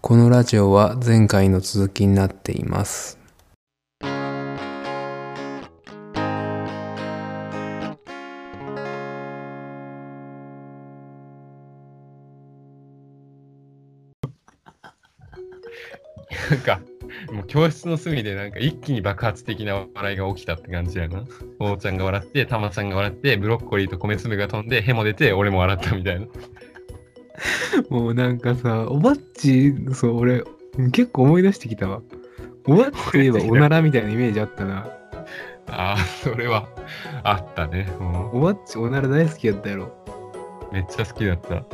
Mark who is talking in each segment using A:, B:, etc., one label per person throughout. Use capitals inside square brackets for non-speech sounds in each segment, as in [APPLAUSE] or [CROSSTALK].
A: このラジオは前回の続きになっています。
B: なんか、もう教室の隅でなんか一気に爆発的な笑いが起きたって感じやな。おーちゃんが笑って、たまちゃんが笑って、ブロッコリーと米粒が飛んで、ヘも出て、俺も笑ったみたいな。
A: もうなんかさ、おばっち、そう、俺、結構思い出してきたわ。おばっちと [LAUGHS] いえばおならみたいなイメージあったな。
B: ああ、それはあったね。も
A: おばっちおなら大好きやったやろ。
B: うめっちゃ好きだった。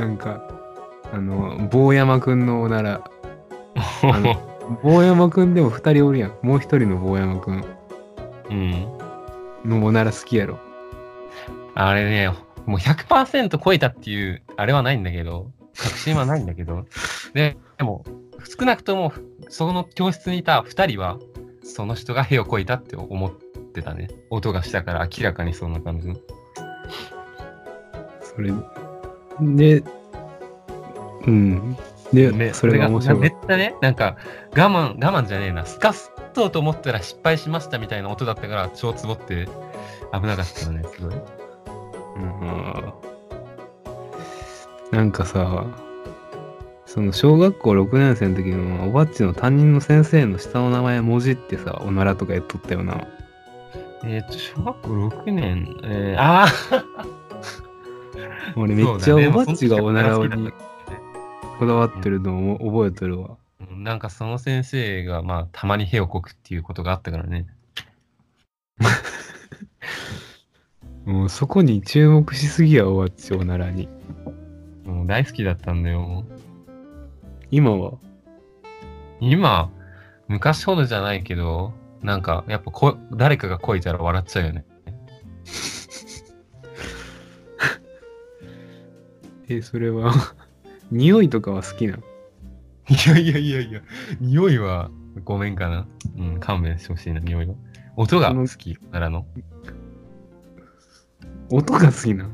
A: なんか、あの、坊山くんのおなら。あ [LAUGHS] 坊山くんでも二人おるやん。もう一人の坊山くん
B: [LAUGHS] うん。
A: のおなら好きやろ。
B: あれね、もう100%超えたっていう、あれはないんだけど、確信はないんだけど、ででも、少なくとも、その教室にいた2人は、その人が屁をこいたって思ってたね。音がしたから明らかにそんな感じの。
A: それで、うん。で、
B: ね、
A: それが面白
B: め
A: い
B: っ。ちゃね、なんか、我慢、我慢じゃねえな、すかすそうと思ったら失敗しましたみたいな音だったから、超つぼって危なかったよね、すごい。うん、
A: なんかさ、その小学校6年生の時のおばっちの担任の先生の下の名前文字ってさ、おならとか言っとったよな。
B: えっ、と、小学校6年、えー、ああ
A: 俺めっち
B: そ
A: ゃ
B: うだね
A: おばっちがおなら
B: もうその時
A: にこだわってるのを覚えとるわ。
B: なんかその先生が、まあ、たまに屁をこくっていうことがあったからね。
A: もうそこに注目しすぎや、おばっちおならに。
B: もう大好きだったんだよ。
A: 今は
B: 今、昔ほどじゃないけど、なんか、やっぱこ、誰かがこいたら笑っちゃうよね。
A: え、それは、 [LAUGHS] 匂いとかは好きなの
B: いやいやいやいや、匂いはごめんかな。うん、勘弁してほしいな、匂いは。音が好き、ならの。
A: 音が好きなの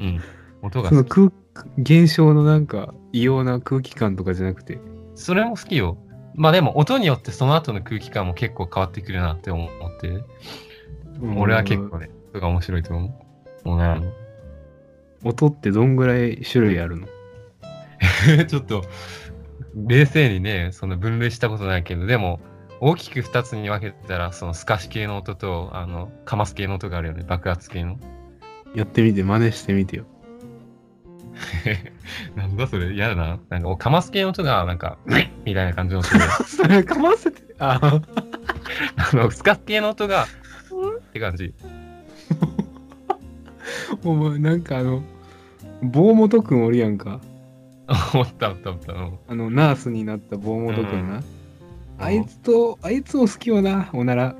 B: うん、音が
A: そ
B: 好
A: の
B: き。
A: 空、現象のなんか異様な空気感とかじゃなくて。
B: それも好きよ。まあでも、音によってその後の空気感も結構変わってくるなって思って、俺は結構ね、音が面白いと思う。もうな、
A: 音ってどんぐらい種類あるの
B: [LAUGHS] ちょっと、冷静にね、その分類したことないけど、でも、大きく2つに分けたら、そのスカシ系の音と、あの、カマス系の音があるよね、爆発系の。
A: やってみて真似してみてよ
B: [LAUGHS] なんだそれ嫌だな。なんか、カマス系の音が、なんか、みたいな感じの音で、
A: [LAUGHS] それかませてあ
B: [LAUGHS] あの、スカス系の音が、って感じ。
A: お前なんかあの坊本くんおるやんか
B: 思った、思った、思った。うん
A: あのナースになった坊本くんな、あ
B: う
A: い
B: ん
A: つとあいつも好きよなおなら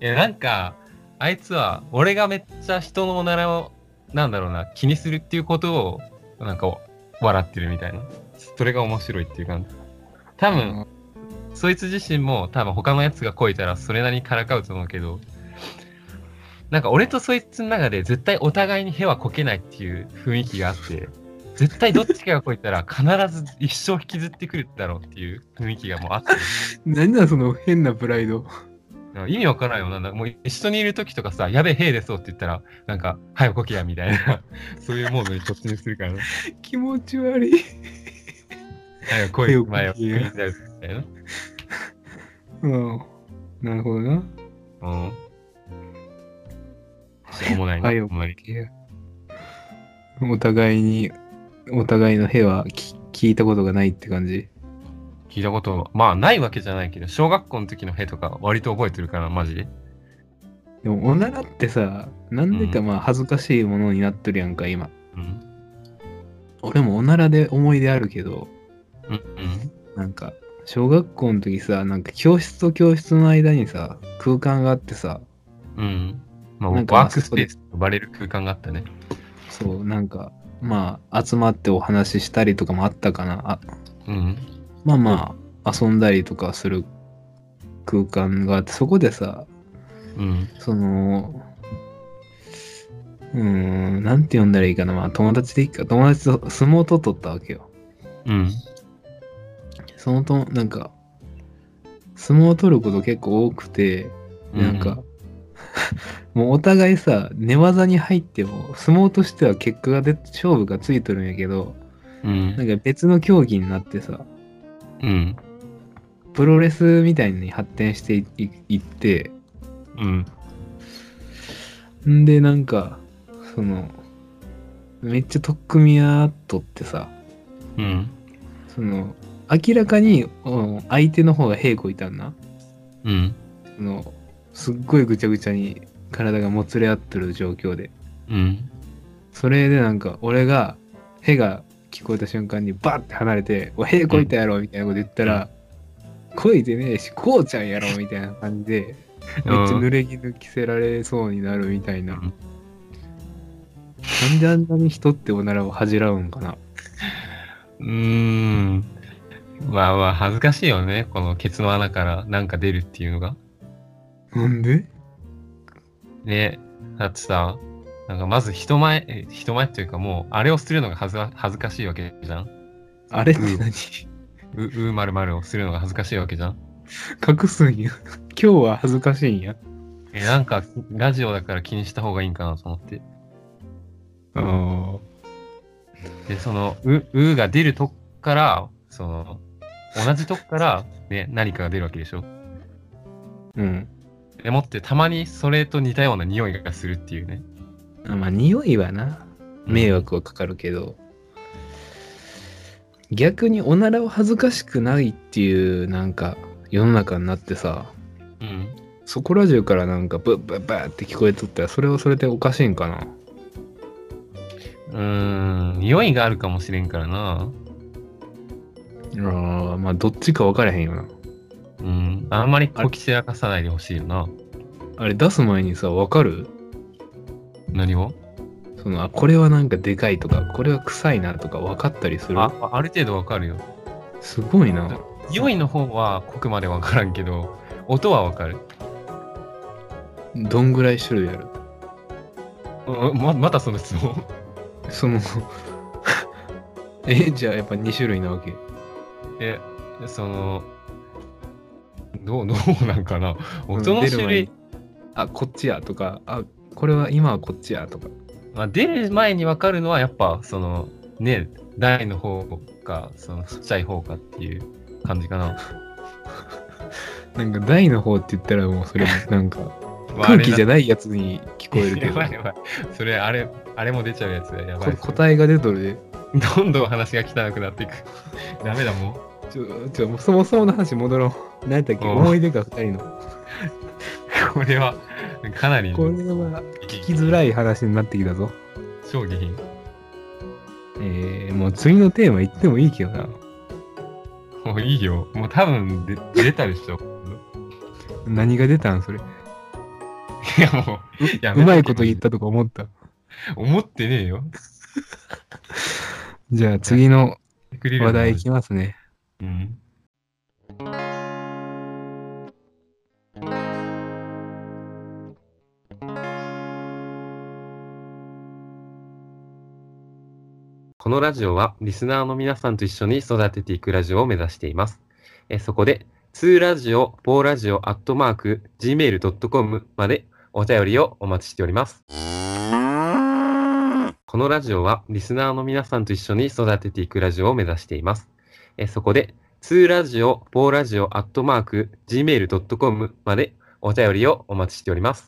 B: いや、なんか、あいつは、俺がめっちゃ人のおならを、なんだろうな、気にするっていうことを、なんか、笑ってるみたいな。それが面白いっていう感じ。多分、そいつ自身も、多分他のやつがこいたら、それなりにからかうと思うけど、なんか俺とそいつの中で絶対お互いに屁はこけないっていう雰囲気があって、絶対どっちかがこいたら必ず一生引きずってくるだろうっていう雰囲気がもうあって、
A: 何だその変なプライド
B: 意味わからんよな。なんかもう一緒にいる時とかさ、やべえ、兵でそうって言ったら、なんか、早く起きや、みたいな、 [LAUGHS] そういうモードに突入するからな、
A: [LAUGHS] 気持ち悪い
B: 早く来い、前
A: 早
B: を
A: く来いや
B: みたいな。
A: [LAUGHS] うんなるほどな
B: うん。しょうもないな、
A: 早
B: ほ
A: く
B: んまに。
A: お互いにお互いの部はき聞いたことがないって感じ
B: 聞いたこと、まあ、ないわけじゃないけど、小学校の時の兵とか、割と覚えてるから、マジで。
A: でもおならってさなんでかまあ恥ずかしいものになってるやんか今
B: うん。
A: 俺もおならで思い出あるけど
B: うん。うん。
A: なんか小学校の時さなんか教室と教室の間にさ空間があってさ
B: うん。まあ、
A: な
B: ワ
A: んか
B: ークスペースと呼ばれる空間があったね。
A: そうなんかまあ集まってお話ししたりとかもあったかなあ
B: うん。
A: まあまあ遊んだりとかする空間があってそこでさ
B: うん。
A: そのうーんなんて呼んだらいいかなまあ友達でいいか友達と相撲と取ったわけよ
B: うん。
A: そのと、なんか、相撲を取ること結構多くて、
B: う
A: なんか、、 [LAUGHS] もうお互いさ、寝技に入っても、相撲としては結果が出、勝負がついとるんやけど、
B: う。
A: なんんか別の競技になってさ、
B: うん。
A: プロレスみたいに発展していいいって、
B: うん。
A: んで、なんか、その、めっちゃ取っ組み合っとってさ、
B: うん。
A: その、明らかにうん相手の方が平子いたんな。
B: うん。
A: その、すっごいぐちゃぐちゃに体がもつれ合ってる状況で。
B: うん。
A: それでなんか、俺が、へが聞こえた瞬間にバッて離れて、おい、へこいたやろみたいなこと言ったら、こいてねえし、こうちゃんやろみたいな感じで、めっちゃ濡れ衣着せられそうになるみたいな。
B: うん
A: なんであんなに人っておならを恥じらうんかな。
B: うーん。まあまあ、恥ずかしいよね。このケツの穴からなんか出るっていうのが。
A: なんで
B: ね。だってさ、なんかまず人前、え人前っていうかもう、あれをするのが恥ず恥ずかしいわけじゃん。
A: あれって何、 [LAUGHS]
B: う、うーまるまるをするのが恥ずかしいわけじゃん。
A: 隠すんや。 [LAUGHS] 今日は恥ずかしいんや。
B: え、なんか、ラジオだから気にした方がいいんかなと思って。
A: ああ。
B: で、その、う、うーが出るとこから、その、同じとこから、ね、何かが出るわけでしょ。
A: うん。
B: でもって、たまにそれと似たような匂いがするっていうね。
A: あまあ、匂いはな、迷惑はかかるけど、逆におならを恥ずかしくないっていう、なんか、世の中になってさ、
B: うん。
A: そこら中からなんか、ブッブッブッって聞こえとったら、それはそれでおかしいんかな。
B: うーん、匂いがあるかもしれんからな。
A: ああ、まあ、どっちか分からへんよな。
B: うん、あんまりこき散らかさないでほしいよな。
A: あれ、出す前にさ、分かる
B: 何を
A: その、あ、これはなんかでかいとか、これは臭いなとか分かったりする
B: あある程度わかるよ。
A: すごいな。
B: 匂いの方は濃くまでわからんけど、音はわかる。
A: どんぐらい種類ある
B: うんままたその質問。 [LAUGHS]
A: その [LAUGHS] えじゃあやっぱ2種類なわけ
B: え、その、どう、ど [LAUGHS] うなんかな。音の
A: 出る
B: 種
A: 前
B: 類
A: に、あこっちやとかあこれは今はこっちやとか
B: まあ、出る前にわかるのはやっぱ、その、ね、台の方か、そのちっちゃい方かっていう感じかな。
A: なんか大の方って言ったらもうそれ
B: [LAUGHS]
A: なんか
B: まあ
A: 空気じゃ
B: な
A: ないやつに聞こえるけ
B: や
A: ど
B: ばいやばい。それ、あれ、あれも出ちゃうやつだよやばい
A: こ。答えが出とるで
B: どんどん話が汚くなっていく。ダメだもん。
A: ちょちょもうそもそもの話戻ろう [LAUGHS] 何だっけ
B: うん
A: 思い出が2人の
B: これは、かなり、
A: これは聞きづらい話になってきたぞ
B: 衝撃品。
A: えー、もう次のテーマ言ってもいいけどな
B: もういいよ。もう多分で出たでしょ。
A: 何が出たんそれう
B: いやもう、やめとけ
A: まいこと言ったとか思った
B: 思ってねえよ。
A: じゃあ次の
B: クリルの
A: 話題い
B: 話
A: きますね
B: うん。このラジオはリスナーの皆さんと一緒に育てていくラジオを目指しています。えそこで、2ラジオ、4ラジオ、アットマーク、gmail.com までお便りをお待ちしております。このラジオはリスナーの皆さんと一緒に育てていくラジオを目指しています。えそこで、2ラジオ、4ラジオ、アットマーク、gmail.com までお便りをお待ちしております。